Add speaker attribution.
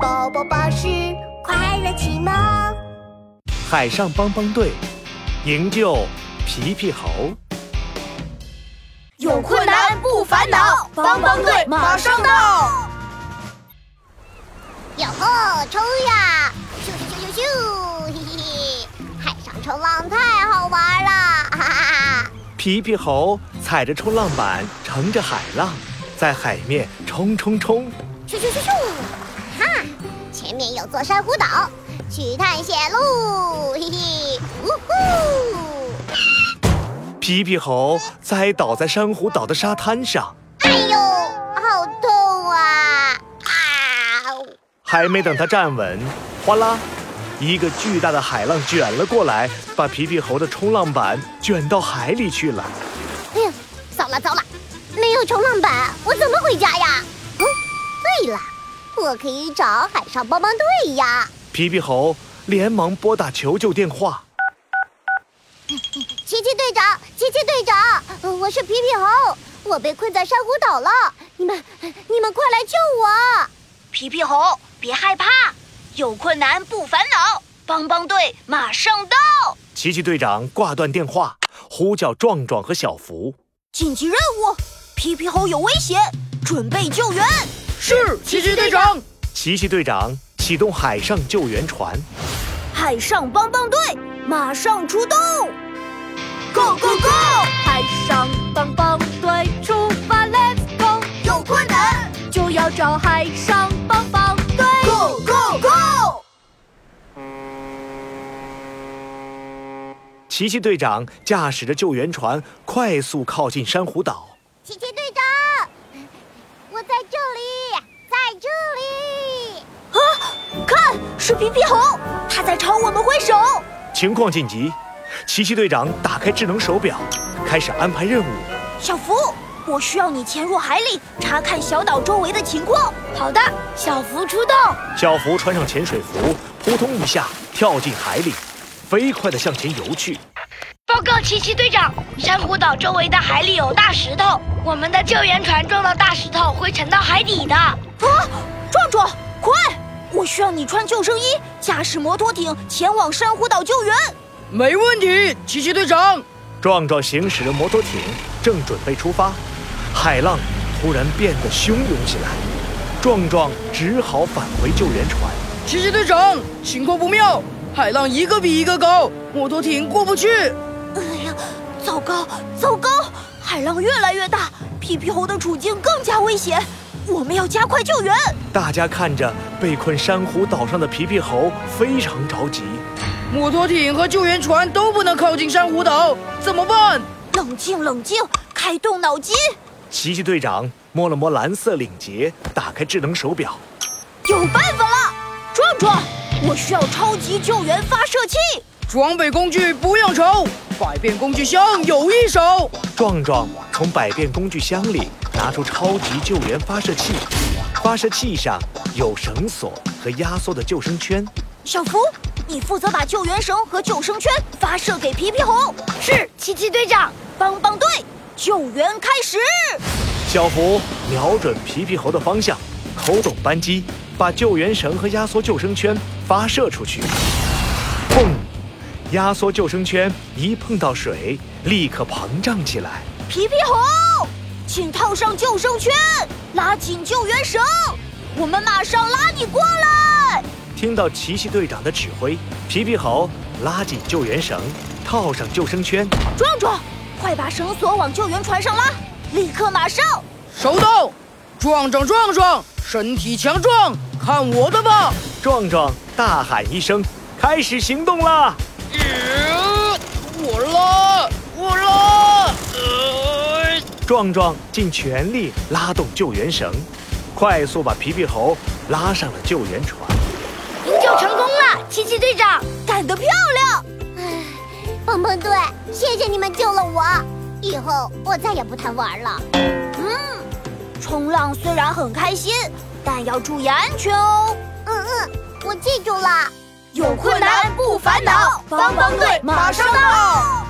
Speaker 1: 宝宝巴士快乐启蒙。
Speaker 2: 海上帮帮队营救皮皮猴。
Speaker 3: 有困难不烦恼，帮帮队马上到。
Speaker 1: 哟吼，冲呀！咻咻咻咻咻，嘿嘿嘿！海上冲浪太好玩了，哈哈哈！
Speaker 2: 皮皮猴踩着冲浪板，乘着海浪，在海面冲冲冲。
Speaker 1: 咻咻咻咻，哈！前面有座珊瑚岛，去探险喽，嘿嘿！呜呼！
Speaker 2: 皮皮猴栽倒在珊瑚岛的沙滩上。
Speaker 1: 哎呦，好痛啊！啊！呜
Speaker 2: 还没等他站稳，哗啦，一个巨大的海浪卷了过来，把皮皮猴的冲浪板卷到海里去了。
Speaker 1: 哎呀，糟了糟了，没有冲浪板，我怎么回家呀？哦，对了，我可以找海上帮帮队呀。
Speaker 2: 皮皮猴连忙拨打求救电话。
Speaker 1: 奇奇队长，奇奇队长，呃我是皮皮猴，我被困在珊瑚岛了，你们，你们快来救我！
Speaker 3: 皮皮猴，别害怕，有困难不烦恼，帮帮队马上到。
Speaker 2: 奇奇队长挂断电话，呼叫壮壮和小福。
Speaker 3: 紧急任务，皮皮猴有危险，准备救援。
Speaker 4: 是奇奇队长。
Speaker 2: 奇奇队长启动海上救援船，
Speaker 3: 海上帮帮队马上出动，Go Go Go！
Speaker 4: 海上帮帮队出发，Let's go！
Speaker 3: 有困难
Speaker 4: 就要找海上帮帮队。
Speaker 3: ，Go Go Go！
Speaker 2: 奇奇队长驾驶着救援船快速靠近珊瑚岛。
Speaker 1: 奇奇队长，我在这里，在这里！
Speaker 3: 啊看，是皮皮猴，它在朝我们挥手。
Speaker 2: 情况紧急，奇奇队长打开智能手表，开始安排任务。
Speaker 3: 小福，我需要你潜入海里查看小岛周围的情况。好的，小福出动。
Speaker 2: 小福穿上潜水服，扑通一下跳进海里，飞快地向前游去。
Speaker 5: 报告奇奇队长，珊瑚岛周围的海里有大石头，我们的救援船撞到大石头会沉到海底的。
Speaker 3: 啊，壮壮，快！我需要你穿救生衣，驾驶摩托艇前往珊瑚岛救援。
Speaker 4: 没问题，奇奇队长。
Speaker 2: 壮壮行驶着摩托艇，正准备出发，海浪突然变得汹涌起来，壮壮只好返回救援船。
Speaker 4: 奇奇队长，情况不妙，海浪一个比一个高，摩托艇过不去。
Speaker 3: 哎呀，糟糕，糟糕！海浪越来越大，皮皮猴的处境更加危险。我们要加快救援。
Speaker 2: 大家看着被困珊瑚岛上的皮皮猴，非常着急。
Speaker 4: 摩托艇和救援船都不能靠近珊瑚岛，怎么办？
Speaker 3: 冷静，冷静，开动脑筋。
Speaker 2: 奇奇队长摸了摸蓝色领结，打开智能手表。
Speaker 3: 有办法了，壮壮，我需要超级救援发射器。
Speaker 4: 装备工具不用愁，百变工具箱有一手。
Speaker 2: 壮壮从百变工具箱里拿出超级救援发射器，发射器上有绳索和压缩的救生圈。
Speaker 3: 小福，你负责把救援绳和救生圈发射给皮皮猴。是，奇奇队长，帮帮队，救援开始。
Speaker 2: 小福瞄准皮皮猴的方向，扣动扳机，把救援绳和压缩救生圈发射出去。砰！压缩救生圈一碰到水，立刻膨胀起来。
Speaker 3: 皮皮猴，请套上救生圈，拉紧救援绳，我们马上拉你过来。
Speaker 2: 听到奇奇队长的指挥，皮皮猴拉紧救援绳，套上救生圈。
Speaker 3: 壮壮，快把绳索往救援船上拉，立刻马上。
Speaker 4: 收到，壮壮壮壮，身体强壮，看我的吧！
Speaker 2: 壮壮大喊一声：“开始行动啦！”
Speaker 4: 呃我拉，我拉，呃，
Speaker 2: 壮壮尽全力拉动救援绳，快速把皮皮猴拉上了救援船。
Speaker 5: 营救成功了，奇奇队长。
Speaker 3: 干得漂亮！
Speaker 1: 帮帮哎队，谢谢你们救了我，以后我再也不贪玩了。嗯
Speaker 3: 冲浪虽然很开心，但要注意安全哦。
Speaker 1: 嗯嗯，我记住了。
Speaker 3: 有困难不烦恼，帮帮队马上到。